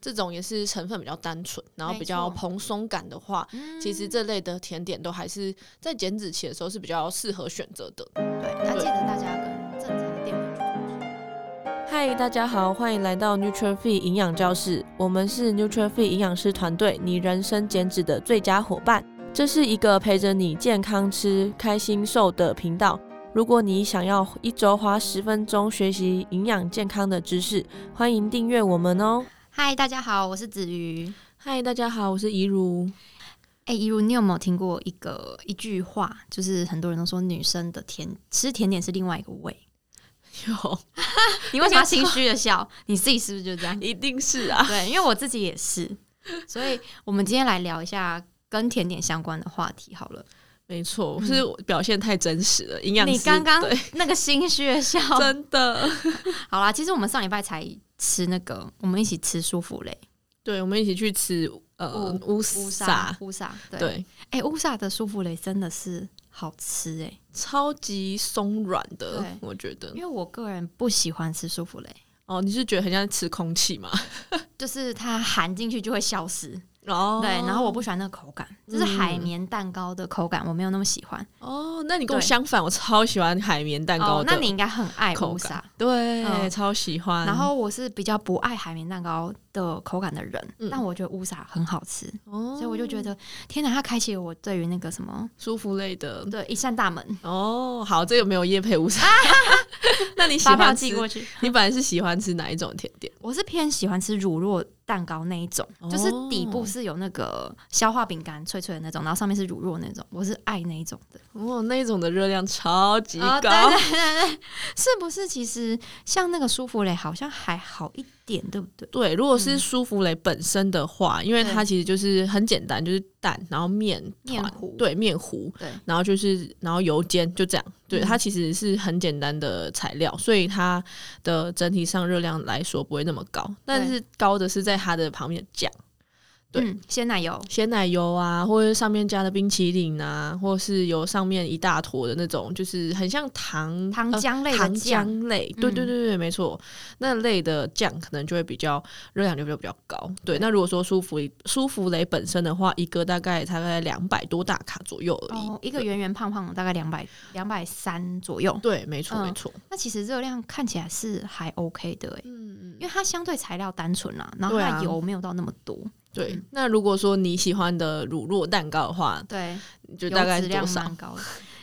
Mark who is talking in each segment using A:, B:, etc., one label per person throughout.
A: 这种也是成分比较单纯，然后
B: 没
A: 比较
B: 错
A: 蓬松感的话，
C: 嗯
A: 其实这类的甜点都还是在减脂期的时候是比较适合选择的。
B: 对，那记得大家跟正常的淀粉去补充。
C: 嗨，大家好，欢迎来到 Nutrify 营养教室。我们是 Nutrify 营养师团队，你人生减脂的最佳伙伴。这是一个陪着你健康吃、开心瘦的频道。如果你想要一周花十分钟学习营养健康的知识，欢迎订阅我们哦。
B: 嗨，大家好，我是子瑜。
C: 嗨，大家好，我是怡如。
B: 哎、一如，你有没有听过一个一句话？就是很多人都说女生的甜吃甜点是另外一个味。
C: 有，
B: 你为什么要心虚的笑？ 你自己是不是就这样？
C: 一定是啊。
B: 对，因为我自己也是，所以我们今天来聊一下跟甜点相关的话题好 了。
C: 没错，我是表现太真实了。营养师
B: 嗯你刚刚哦
C: 对
B: 那个心虚的笑，
C: 真的，
B: 好啦，其实我们上礼拜才吃那个，我们一起吃舒芙蕾
C: 对，我们一起去吃呃
B: 哦
C: 乌萨，
B: 乌萨，对，
C: 对，
B: 哎、乌萨的舒芙蕾真的是好吃哎、
C: 超级松软的
B: 对，
C: 我觉得
B: 因。为我个人不喜欢吃舒芙蕾，
C: 哦，你是觉得很像吃空气吗？
B: 就是它含进去就会消失，
C: 哦，
B: 对，然后我不喜欢那个口感，就是
C: 嗯
B: 海绵蛋糕的口感，我没有那么喜欢。
C: 哦，那你跟我
B: 对
C: 相反，我超喜欢海绵蛋糕
B: 哦，
C: 的
B: 那你应该很爱
C: 口
B: 乌萨
C: 感，，对，
B: 嗯
C: 超喜欢。
B: 然后我是比较不爱海绵蛋糕的口感的人，
C: 嗯
B: 但我觉得乌萨很好吃，
C: 哦，
B: 所以我就觉得天哪，它开启了我对于那个什么
C: 舒芙蕾的
B: 对一扇大 门，
C: 哦，好，这个没有叶配 无啥。那你喜
B: 发票
C: 欢
B: 寄
C: 吃？
B: 过去。
C: 你本来是喜欢吃哪一种甜点？
B: 我是偏喜欢吃乳酪蛋糕那一种，
C: 哦
B: 就是底部是有那个消化饼干脆脆的那种，然后上面是乳酪那种，我是爱那一种的。
C: 哦，那一种的热量超级
B: 啊，对
C: 高，
B: 对对 对，是不是？其实像那个舒芙蕾好像还好一点，对不对？
C: 对，如果是舒芙蕾本身的话，因为它
B: 嗯对
C: 其实就是很简单，就是蛋，然后面
B: 面
C: 团
B: 糊
C: 对面糊，
B: 对
C: 然后就是然后油煎，就这样。对，
B: 嗯
C: 它其实是很简单的材料，所以它的整体上热量来说不会那么高，但是高的是在它的旁边的酱。对
B: 嗯，鲜奶油，
C: 鲜奶油啊，或者是上面加的冰淇淋啊，或者是有上面一大坨的那种，就是很像糖
B: 糖
C: 呃
B: 浆类的
C: 糖
B: 酱
C: 浆类，对对
B: 嗯
C: 对对，没错，那类的酱可能就会比较热量就会比较高。对，那如果说舒芙舒芙蕾本身的话，一个大概大概两百多大卡左右而已。
B: 哦，一个圆圆胖胖的，大概两百两百三左右。
C: 对，没错、
B: 嗯
C: 没错。
B: 那其实热量看起来是还 OK 的欸，
C: 嗯
B: 因，为它相对材料单纯啦，然后
C: 对啊
B: 它油没有到那么多，嗯
C: 对。那如果说你喜欢的乳酪蛋糕的话，
B: 对，
C: 就
B: 油
C: 大概
B: 脂
C: 是
B: 量
C: 多少？
B: 蛮高的。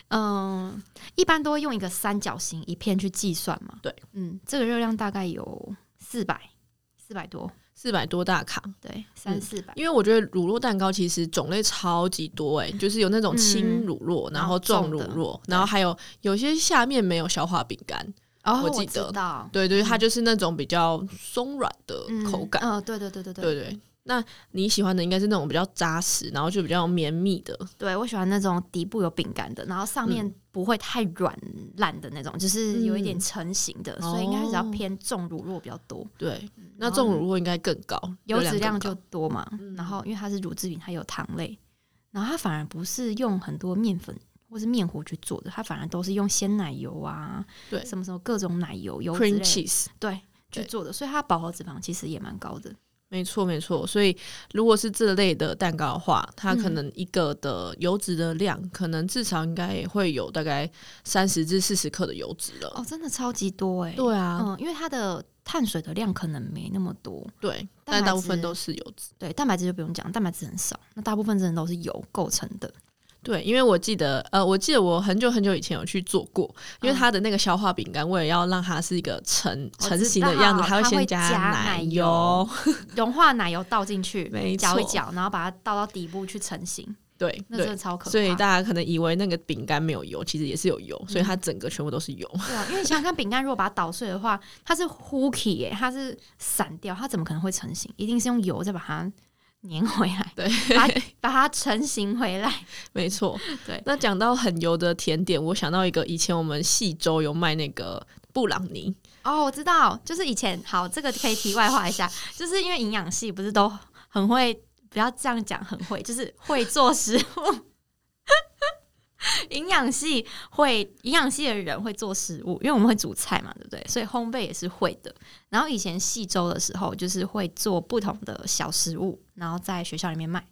B: 嗯，一般都会用一个三角形一片去计算嘛。
C: 对，
B: 嗯，这个热量大概有四百四百多，
C: 四百多大卡。
B: 对，三
C: 嗯
B: 四百。
C: 因为我觉得乳酪蛋糕其实种类超级多哎、就是有那种轻
B: 嗯
C: 乳酪，
B: 然
C: 然
B: 后
C: 后重
B: 重
C: 乳
B: 的
C: 酪，然后还有有些下面没有消化饼干，
B: 哦，
C: 我
B: 我
C: 记
B: 知
C: 得
B: 道
C: 对对，它就是那种比较松软的
B: 嗯
C: 口感，
B: 嗯、对对对对对
C: 对对。那你喜欢的应该是那种比较扎实，然后就比较绵密的，
B: 对，我喜欢那种底部有饼干的，然后上面不会太软烂的那种，就是有一点
C: 嗯
B: 成型的，所以应该比较
C: 哦
B: 偏重乳酪比较多，
C: 对。那重乳酪应该更高，
B: 嗯油
C: 热
B: 脂量
C: 量
B: 就
C: 更高
B: 多嘛。
C: 嗯
B: 然后因为它是乳制品，它有糖类，然后它反而不是用很多面粉或是面糊去做的，它反而都是用鲜奶油啊，
C: 对
B: 什么什么各种奶油油之类
C: cream
B: 的
C: cheese，
B: 对去
C: 对
B: 做的，所以它饱和脂肪其实也蛮高的。
C: 没错没错。所以如果是这类的蛋糕的话，它可
B: 嗯
C: 能一个的油脂的量，可能至少应该也会有大概三十至四十克的油脂了。
B: 哦，真的超级多哎、
C: 对啊，
B: 嗯，因为它的碳水的量可能没那么多，
C: 对，
B: 蛋
C: 但
B: 白
C: 大部分
B: 质
C: 都是油脂。
B: 对，蛋白质就不用讲，蛋白质很少，那大部分真的都是油构成的。
C: 对，因为我记得，呃，我记得我很久很久以前有去做过，因为
B: 嗯
C: 它的那个消化饼干，为了要让它是一个成
B: 我
C: 成
B: 知
C: 型的样子，
B: 道
C: 会
B: 它会
C: 先加
B: 加奶
C: 奶
B: 油融化奶油倒进去
C: 没，
B: 搅一
C: 错
B: 搅，然后把它倒到底部去成型，
C: 对
B: 那真
C: 对
B: 的，超可怕。嗯
C: 所以大家可能以为那个饼干没有油，其实也是有油，所以它整个全部都是油。
B: 对啊，因为你想想看，饼干如果把它捣碎的话，它是糊起耶，它是散掉，它怎么可能会成型？一定是用油再把它粘回来，
C: 对，
B: 把它把它成型回来。
C: 没错。
B: 对
C: 那讲到很油的甜点，我想到一个，以前我们细州有卖那个布朗尼，
B: 哦，我知道，就是以前好，这个可以题外话一下，就是因为营养系不是都很会，不要这样讲，很会，就是会做食物。 营养系会营养系的人会做食物，因为我们会煮菜嘛，对不对？所以烘焙也是会的。然后以前系周的时候，就是会做不同的小食物，然后在学校里面卖，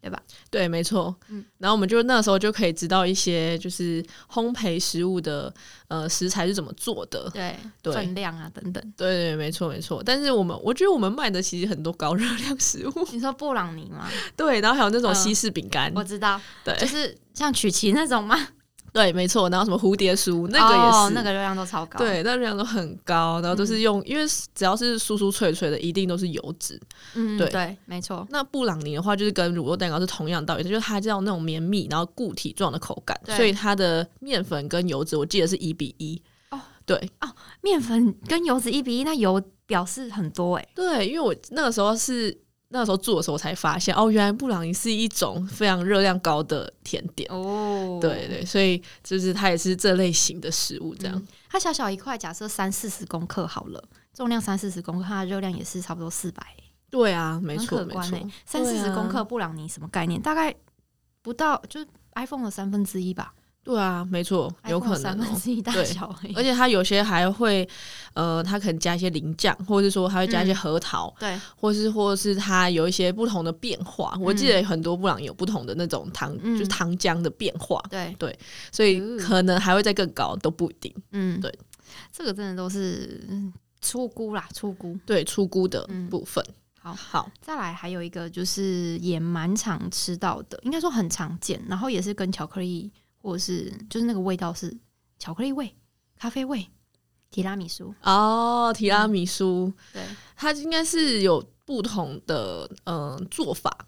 B: 对吧？
C: 对，没错。
B: 嗯
C: 然后我们就那时候就可以知道一些就是烘焙食物的呃食材是怎么做的。
B: 对，
C: 对
B: 分量啊等等。
C: 对对，没错没错。但是我们我觉得我们卖的其实很多高热量食物，
B: 你说布朗尼吗？
C: 对，然后还有那种
B: 嗯
C: 西式饼干，
B: 我知道，
C: 对
B: 就是像曲奇那种吗？
C: 对，没错。然后什么蝴蝶酥，那个也是、
B: 哦、那个热嗯量都超高。，
C: 对，那热量都很高，然后都是用，因为只要是酥酥脆脆的，一定都是油脂。
B: 嗯，
C: 对
B: 对，没错。
C: 那布朗尼的话，就是跟乳酪蛋糕是同样道理，就是它这种那种绵密然后固体状的口感，
B: 对
C: 所以它的面粉跟油脂，我记得是一比一。
B: 哦，
C: 对
B: 面粉跟油脂一比一，那油表示很多哎、
C: 对，因为我那个时候是那个时候做的时候我才发现，哦，原来布朗尼是一种非常热量高的甜点。
B: 哦
C: 对对，所以就是它也是这类型的食物这样。
B: 嗯它小小一块，假设三四十公克好了，重量三四十公克，它的热量也是差不多四百、
C: 对啊，没
B: 很
C: 错
B: 可
C: 没
B: 观
C: 错
B: 欸。三四
C: 对
B: 十
C: 啊
B: 公克布朗尼什么概念？大概不到就是 iPhone 的三分之一吧，
C: 对啊，没错，有
B: iPhone
C: 可
B: 的
C: 能、哦。
B: 三分之一大
C: 对
B: 小而已。
C: 而且它有些还会，呃，它可能加一些淋酱，或者是说它会加一些
B: 嗯
C: 核桃，
B: 对，
C: 或是或是它有一些不同的变化。我记
B: 嗯
C: 得很多布朗有不同的那种糖，
B: 嗯
C: 就是糖浆的变化，
B: 对，
C: 所以
B: 哦
C: 可能还会再更高，都不一定。
B: 嗯，
C: 对，
B: 这个真的都是嗯出估啦，出估。
C: 对，出估的
B: 嗯
C: 部分。
B: 好
C: 好，
B: 再来还有一个就是也蛮常吃到的，应该说很常见，然后也是跟巧克力或者是就是那个味道是巧克力味、咖啡味、提拉米苏。
C: 哦，提
B: 嗯
C: 拉米苏，
B: 对，
C: 它应该是有不同的嗯、呃做法，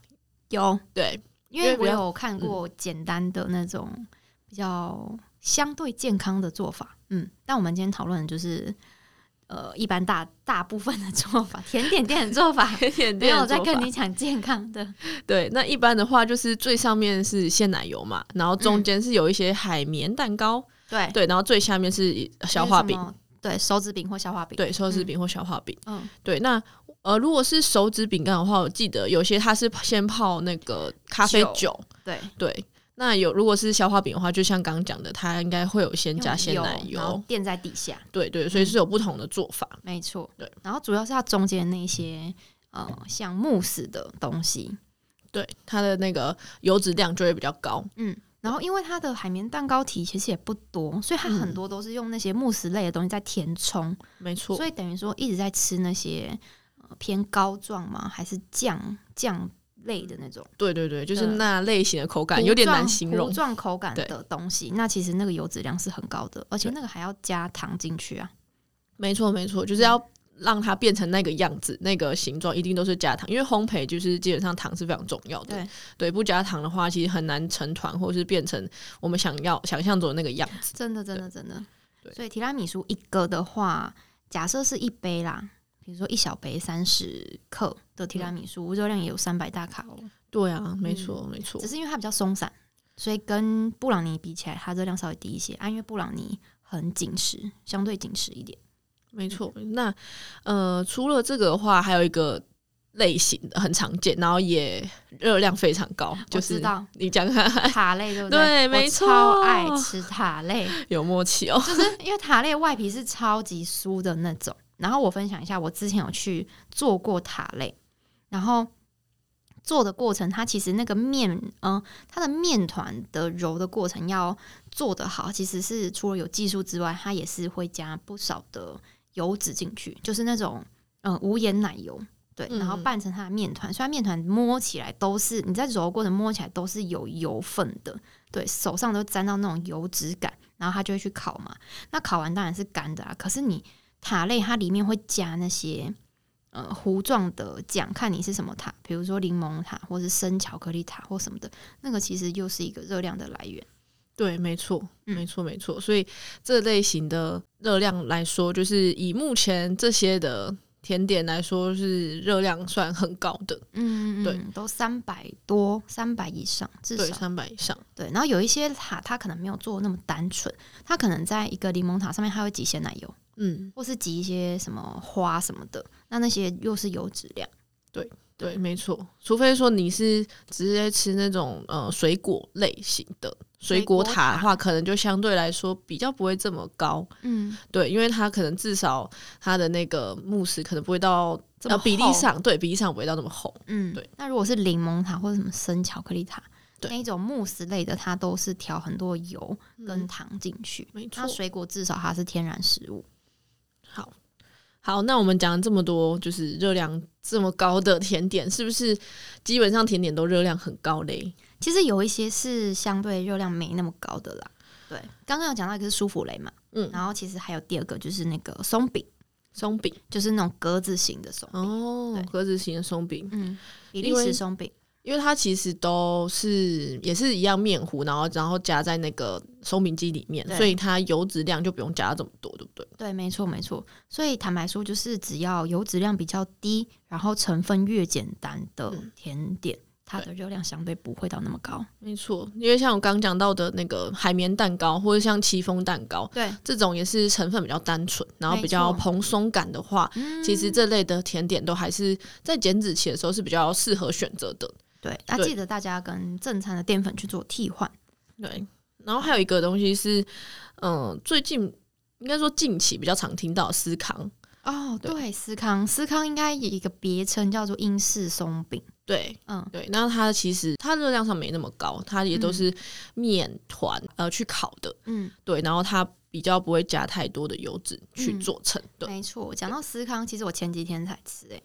B: 有，
C: 对，
B: 因
C: 因为
B: 为
C: 比
B: 我
C: 较，
B: 有看过简单的那种比较嗯相对健康的做法，嗯，但我们今天讨论的就是呃一般大大部分的做法， 甜点店的做法
C: 甜点
B: 没
C: 店
B: 有
C: 的
B: 在
C: 做
B: 跟
C: 法
B: 你讲健康的，
C: 对，那一般的话就是最上面是鲜奶油嘛，然后中
B: 嗯
C: 间是有一些海绵蛋糕，
B: 对，
C: 对，然后最下面是呃消化饼，，
B: 对，手指饼或消化饼，，
C: 对，手指饼或消化饼。
B: 嗯，
C: 对，那呃，如果是手指饼干的话，我记得有些它是先泡那个咖啡
B: 酒
C: 酒，
B: 对。
C: 对。那有如果是消化饼的话，就像刚刚讲的，它应该会有先加鲜奶
B: 用然后嗯
C: 油，
B: 垫在底下，
C: 对对，所以是有不同的做法。
B: 没错。
C: 对，
B: 然后主要是它中间那些呃像慕斯的东西，
C: 对，它的那个油脂量就会比较高。
B: 嗯，然后因为它的海绵蛋糕体其实也不多，所以它
C: 嗯
B: 很多都是用那些慕斯类的东西在填充，
C: 没错，
B: 所以等于说一直在吃那些、呃偏膏状吗？还是酱酱类的那种
C: 对对对，就是
B: 对
C: 那类型的口感
B: 嗯糊
C: 有点
B: 状
C: 难形
B: 糊
C: 容。
B: 状口感
C: 对
B: 的东西，那其实那个油脂量是很高的，而且
C: 对
B: 那个还要加糖进去啊。
C: 没错没错，
B: 嗯
C: 就是要让它变成那个样子、那个形状，一定都是加糖，因为烘焙就是基本上糖是非常重要的。
B: 对
C: 对，不加糖的话，其实很难成团，或是变成我们想要想象中的那个样子。
B: 真的，真的，真的
C: 对。
B: 所以提拉米苏一个的话，假设是一杯啦，比如说一小杯三十克的提拉米苏，热量也有三百大卡哦。
C: 对啊，没错、没错
B: 只，是因为它比较松散，所以跟布朗尼比起来，它热量稍微低一些。啊，因为布朗尼很紧实，相对紧实 一点。嗯
C: 没错。那呃，除了这个的话，还有一个类型的很常见，然后也热量非常高，就
B: 我
C: 是
B: 知道
C: 你讲看
B: 塔类 对不
C: 对
B: 我
C: 没错
B: 超爱吃塔 类，
C: 有默契哦。
B: 就是因为塔类外皮是超级酥的那种。然后我分享一下，我之前有去做过塔类，然后做的过程，它其实那个面，嗯、它的面团的揉的过程要做得好，其实是除了有技术之外，它也是会加不少的油脂进去，就是那种嗯、呃无盐奶油。对，
C: 嗯
B: 然后拌成它的面团，虽然面团摸起来都是你在揉的过程摸起来都是有油分的，对手上都沾到那种油脂感，然后它就会去烤嘛。那烤完当然是干的啊，可是你塔类它里面会加那些呃糊状的酱，看你是什么塔，比如说柠檬塔或是生巧克力塔或什么的，那个其实又是一个热量的来源。
C: 对，没错，
B: 嗯
C: 没错，没错。所以这类型的热量来说，就是以目前这些的甜点来说，是热量算很高的，
B: 嗯
C: 对，
B: 都三百多、三百以上至
C: 对，
B: 少。
C: 三百以上。
B: 对，然后有一些塔它可能没有做那么单纯，它可能在一个柠檬塔上面它会挤鲜奶油，
C: 嗯，
B: 或是挤一些什么花什么的，那那些又是油脂量。
C: 对，没错。除非说你是直接吃那种呃水果类型的水果塔的话，可能就相对来说比较不会这么高。
B: 嗯，
C: 对，因为它可能至少它的那个慕斯可能不会到
B: 这么
C: 呃比
B: 厚
C: 例上，对比例上不会到那么厚。
B: 嗯，
C: 对。
B: 那如果是柠檬塔或者什么生巧克力塔，
C: 对
B: 那一种慕斯类的，它都是调很多油跟
C: 嗯
B: 糖进去。
C: 没错
B: 那，水果至少它是天然食物，
C: 好好，那我们讲了这么多，就是热量这么高的甜点，是不是基本上甜点都热量很高嘞？
B: 其实有一些是相对热量没那么高的啦。对，刚刚有讲到一个是舒芙蕾嘛，
C: 嗯，
B: 然后其实还有第二个就是那个松饼，
C: 松饼
B: 就是那种格子型的松饼。
C: 哦
B: 对，
C: 格子型的松饼，
B: 嗯，比利
C: 因为
B: 时松饼，
C: 因为它其实都是也是一样面糊，然后然后加在那个松饼机里面，
B: 对
C: 所以它油脂量就不用加这么多，对不对？
B: 对，没错没错。所以坦白说，就是只要油脂量比较低，然后成分越简单的
C: 嗯
B: 甜点，它的热量相对不会到那么高。
C: 没错，因为像我刚讲到的那个海绵蛋糕，或者像戚风蛋糕，
B: 对，
C: 这种也是成分比较单纯，然后
B: 没
C: 比较
B: 错
C: 蓬松感的话，
B: 嗯
C: 其实这类的甜点都还是在减脂期的时候是比较适合选择的。
B: 对，那、
C: 对
B: 记得大家跟正餐的淀粉去做替换。
C: 对，然后还有一个东西是，嗯、最近应该说近期比较常听到的司康，
B: 哦，
C: 对
B: 对，司康，司康应该有一个别称叫做英式松饼。
C: 对。
B: 嗯，
C: 对，那它其实它热量上没那么高，它也都是面团、呃去烤的，
B: 嗯，
C: 对，然后它比较不会加太多的油脂去
B: 嗯
C: 做成的，
B: 没错。讲到司康，其实我前几天才吃、欸，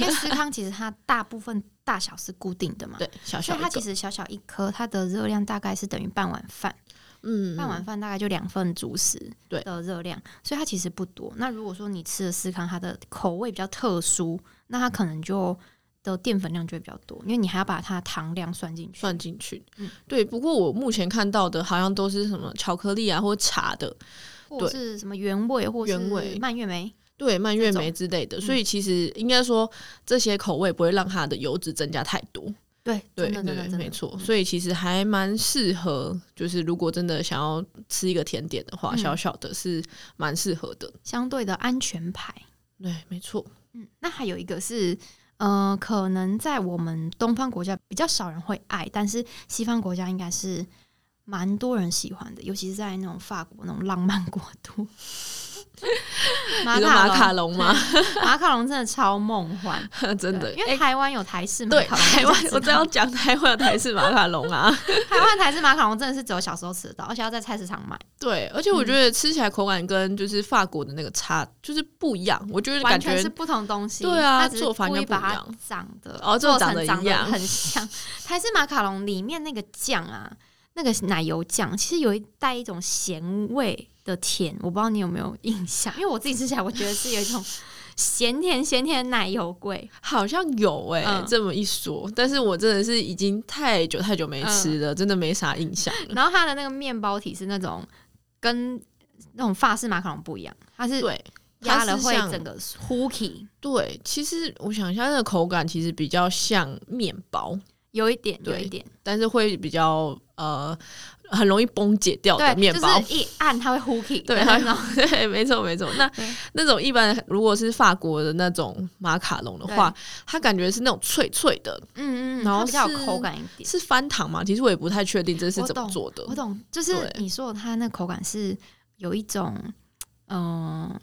B: 因为司康其实它大部分大小是固定的嘛，
C: 对，小
B: 所
C: 小
B: 以
C: 一
B: 它其
C: 个，
B: 实小小一颗，它的热量大概是等于半碗饭，
C: 嗯
B: 半碗饭大概就两份主食
C: 对
B: 的热量，所以它其实不多。那如果说你吃的司康，它的口味比较特殊，那它可能就的淀粉量就会比较多，因为你还要把它的糖量算进去。
C: 算进去。
B: 嗯
C: 对，不过我目前看到的好像都是什么巧克力啊，或茶的，
B: 或是什么原味，或是
C: 原味
B: 蔓越莓，
C: 对，蔓越
B: 这种
C: 莓之类的。
B: 嗯
C: 所以其实应该说，这些口味不会让它的油脂增加太多。
B: 对，
C: 对
B: 真
C: 对
B: 的真的
C: 对，
B: 真的
C: 没错。
B: 嗯
C: 所以其实还蛮适合，就是如果真的想要吃一个甜点的话，
B: 嗯
C: 小小的是蛮适合的。
B: 相对的安全牌。
C: 对，没错。
B: 嗯，那还有一个是，呃，可能在我们东方国家比较少人会爱，但是西方国家应该是蛮多人喜欢的，尤其是在那种法国那种浪漫国 度。
C: 你
B: 马
C: 说
B: 卡
C: 马
B: 龙
C: 卡龙吗？
B: 马卡龙真的超梦幻，
C: 真的
B: 对， 因为
C: 哎
B: 台湾有台式马
C: 对
B: 卡龙，
C: 台湾
B: 大家，
C: 我
B: 知
C: 这
B: 道
C: 要讲台湾有台式马卡龙啊。
B: 台湾台式马卡龙真的是只有小时候吃得到，而且要在菜市场买，
C: 对，而且我
B: 嗯
C: 觉得吃起来口感跟就是法国的那个差就是不一样，我觉得
B: 完
C: 感
B: 全
C: 觉
B: 是不同东西。
C: 对啊
B: 它只是
C: 做法应
B: 故
C: 该
B: 意把
C: 不一
B: 它
C: 样
B: 长得
C: 哦做
B: 做
C: 长
B: 成
C: 得一
B: 长得
C: 样
B: 很像。台式马卡龙里面那个酱啊，那个奶油酱，其实有一带一种咸味的甜，我不知道你有没有印象，因为我自己吃起来，我觉得是有一种咸甜咸甜的奶油 味。
C: 好像有哎、
B: 嗯
C: 这么一说，但是我真的是已经太久太久没吃
B: 嗯
C: 了，真的没啥印象了。
B: 然后它的那个面包体是那种跟那种法式马卡龙不一样，它是
C: 对，
B: 压了
C: 它是
B: 会
C: 像
B: 整个糊起，
C: 对，其实我想一下，那个口感其实比较像面包，
B: 有一点，有
C: 对
B: 一点。
C: 但是会比较呃很容易崩解掉的
B: 对，
C: 面包。
B: 就是一按它会呼气，
C: 对，
B: 那
C: 它
B: 种
C: 对，没错没错。那
B: 对
C: 那种一般如果是法国的那种马卡龙的话，它感觉是那种脆脆的，
B: 嗯嗯，
C: 然后
B: 它比较
C: 是
B: 有口感一点。
C: 是翻糖吗？其实我也不太确定这是
B: 我
C: 怎么
B: 懂
C: 做的。
B: 我懂，就是
C: 对
B: 你说的它那口感是有一种嗯、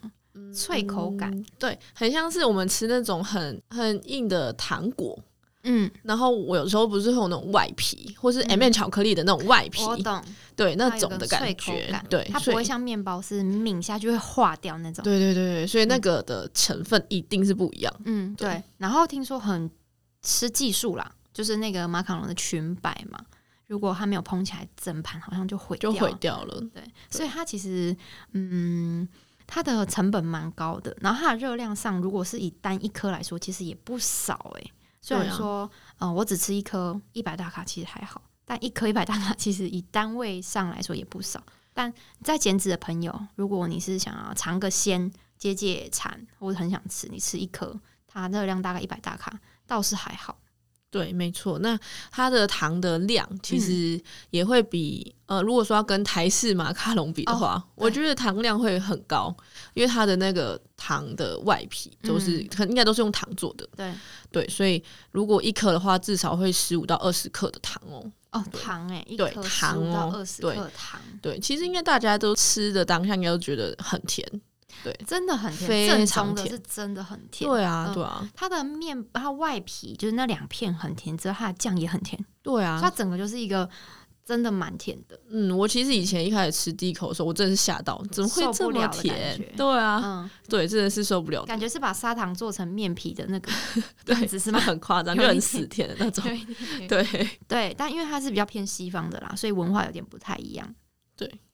B: 脆口感，
C: 嗯对，很像是我们吃那种很很硬的糖果。
B: 嗯，
C: 然后我有时候不是会有那种外皮，或是
B: 嗯
C: M、M 巧克力的那种外皮，
B: 我懂
C: 对那
B: 它有
C: 种
B: 个
C: 的
B: 脆
C: 感
B: 口
C: 觉，
B: 感
C: 对，
B: 它不
C: 所以
B: 会像面包是抿下去会化掉那种。
C: 对对对对，所以那个的成分一定是不一样。
B: 嗯，
C: 对
B: 对。然后听说很吃技术啦，就是那个马卡龙的裙摆嘛，如果它没有蓬起来，整盘好像就毁
C: 就
B: 掉
C: 毁
B: 了
C: 掉了，
B: 对，所以它其实嗯，它的成本蛮高的，然后它的热量上，如果是以单一颗来说，其实也不少诶、虽然
C: 对啊
B: 说，呃，我只吃一颗一百大卡，其实还好，但一颗一百大卡，其实以单位上来说也不少。但在减脂的朋友，如果你是想要尝个鲜、解解馋，或者很想吃，你吃一颗，它热量大概一百大卡，倒是还好。
C: 对，没错。那它的糖的量
B: 嗯
C: 其实也会比、呃，如果说要跟台式马卡龙比的话，
B: 哦对
C: 我觉得糖量会很高，因为它的那个糖的外皮都是、
B: 嗯
C: 可应该都是用糖做的，
B: 对，
C: 对，所以如果一颗的话，至少会十五到二十克的糖哦。
B: 哦，
C: 对
B: 糖哎、一
C: 对
B: 颗
C: 糖
B: 15到
C: 哦
B: 二十
C: 对
B: 克糖，
C: 对，其实应该大家都吃的当下应该都觉得很甜，
B: 真的很甜，
C: 非
B: 正
C: 常
B: 宗的
C: 甜
B: 是真的很甜。
C: 对啊，
B: 嗯
C: 对啊，
B: 它的面它外皮就是那两片很甜，之后它的酱也很甜，
C: 对
B: 所以它
C: 啊。
B: 整个就是一个真的蛮甜的。
C: 嗯，我其实以前一开始吃第一口的时候，我真的是吓到，怎么会
B: 受不
C: 这么
B: 了的感
C: 甜
B: 觉？
C: 对啊，
B: 嗯，
C: 对，真的是受不了的，
B: 感觉是把砂糖做成面皮的那个
C: 对，
B: 只是吗
C: 很夸张，
B: 有
C: 就
B: 一
C: 很
B: 点
C: 死甜的那种。
B: 有一点 点
C: 对，
B: 对，但因为它是比较偏西方的啦，所以文化有点不太一样。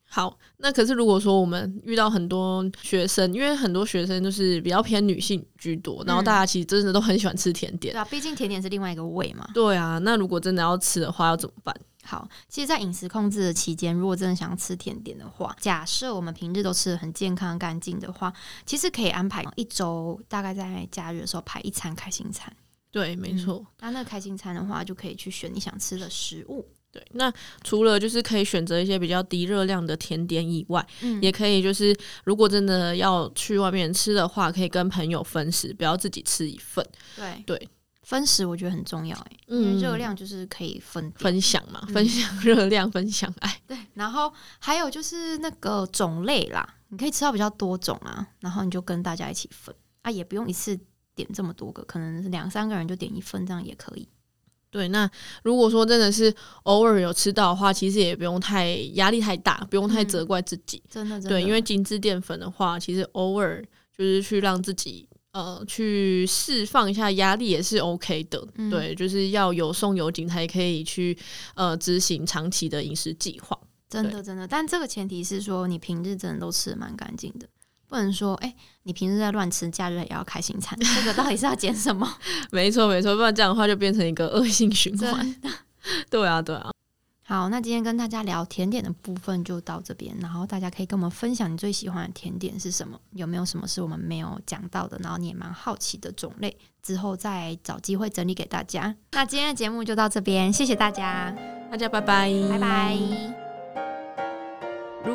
C: 好，那可是如果说我们遇到很多学生，因为很多学生就是比较偏女性居多，然后
B: 嗯
C: 大家其实真的都很喜欢吃甜
B: 对
C: 点。
B: 啊，毕竟甜点是另外一个味嘛。
C: 对啊，那如果真的要吃的话，要怎么办？
B: 好，其实，在饮食控制的期间，如果真的想要吃甜点的话，假设我们平日都吃的很健康干净的话，其实可以安排一周，大概在假日的时候排一餐开心餐。
C: 对，没
B: 嗯
C: 错。
B: 那那个开心餐的话，就可以去选你想吃的食物。
C: 对，那除了就是可以选择一些比较低热量的甜点以外，
B: 嗯
C: 也可以就是如果真的要去外面吃的话，可以跟朋友分食，不要自己吃一份。
B: 对
C: 对，
B: 分食我觉得很重要哎、因
C: 嗯
B: 为热量就是可以分掉。
C: 分享嘛，
B: 嗯
C: 分享热量，分享爱。
B: 对，然后还有就是那个种类啦，你可以吃到比较多种啊，然后你就跟大家一起分啊，也不用一次点这么多个，可能两三个人就点一份，这样也可以。
C: 对，那如果说真的是偶尔有吃到的话，其实也不用太压力太大，不用太
B: 嗯
C: 责怪自己。
B: 真的，真的
C: 对，因为精致淀粉的话，其实偶尔就是去让自己呃去释放一下压力也是 OK 的。
B: 嗯
C: 对，就是要有松有紧才可以去呃执行长期的饮食计划。
B: 真的真的，但这个前提是说你平日真的都吃的蛮干净的。不能说，哎、你平时在乱吃，假日也要开心餐，这个到底是要减什么？
C: 没错，没错，不然这样的话就变成一个恶性循环。
B: 真的。
C: 对啊，对啊，
B: 好，那今天跟大家聊甜点的部分就到这边，然后大家可以跟我们分享你最喜欢的甜点是什么，有没有什么是我们没有讲到的，然后你也蛮好奇的种类，之后再找机会整理给大家。那今天的节目就到这边，谢谢大家，
C: 大家拜拜，
B: 拜拜。
D: 如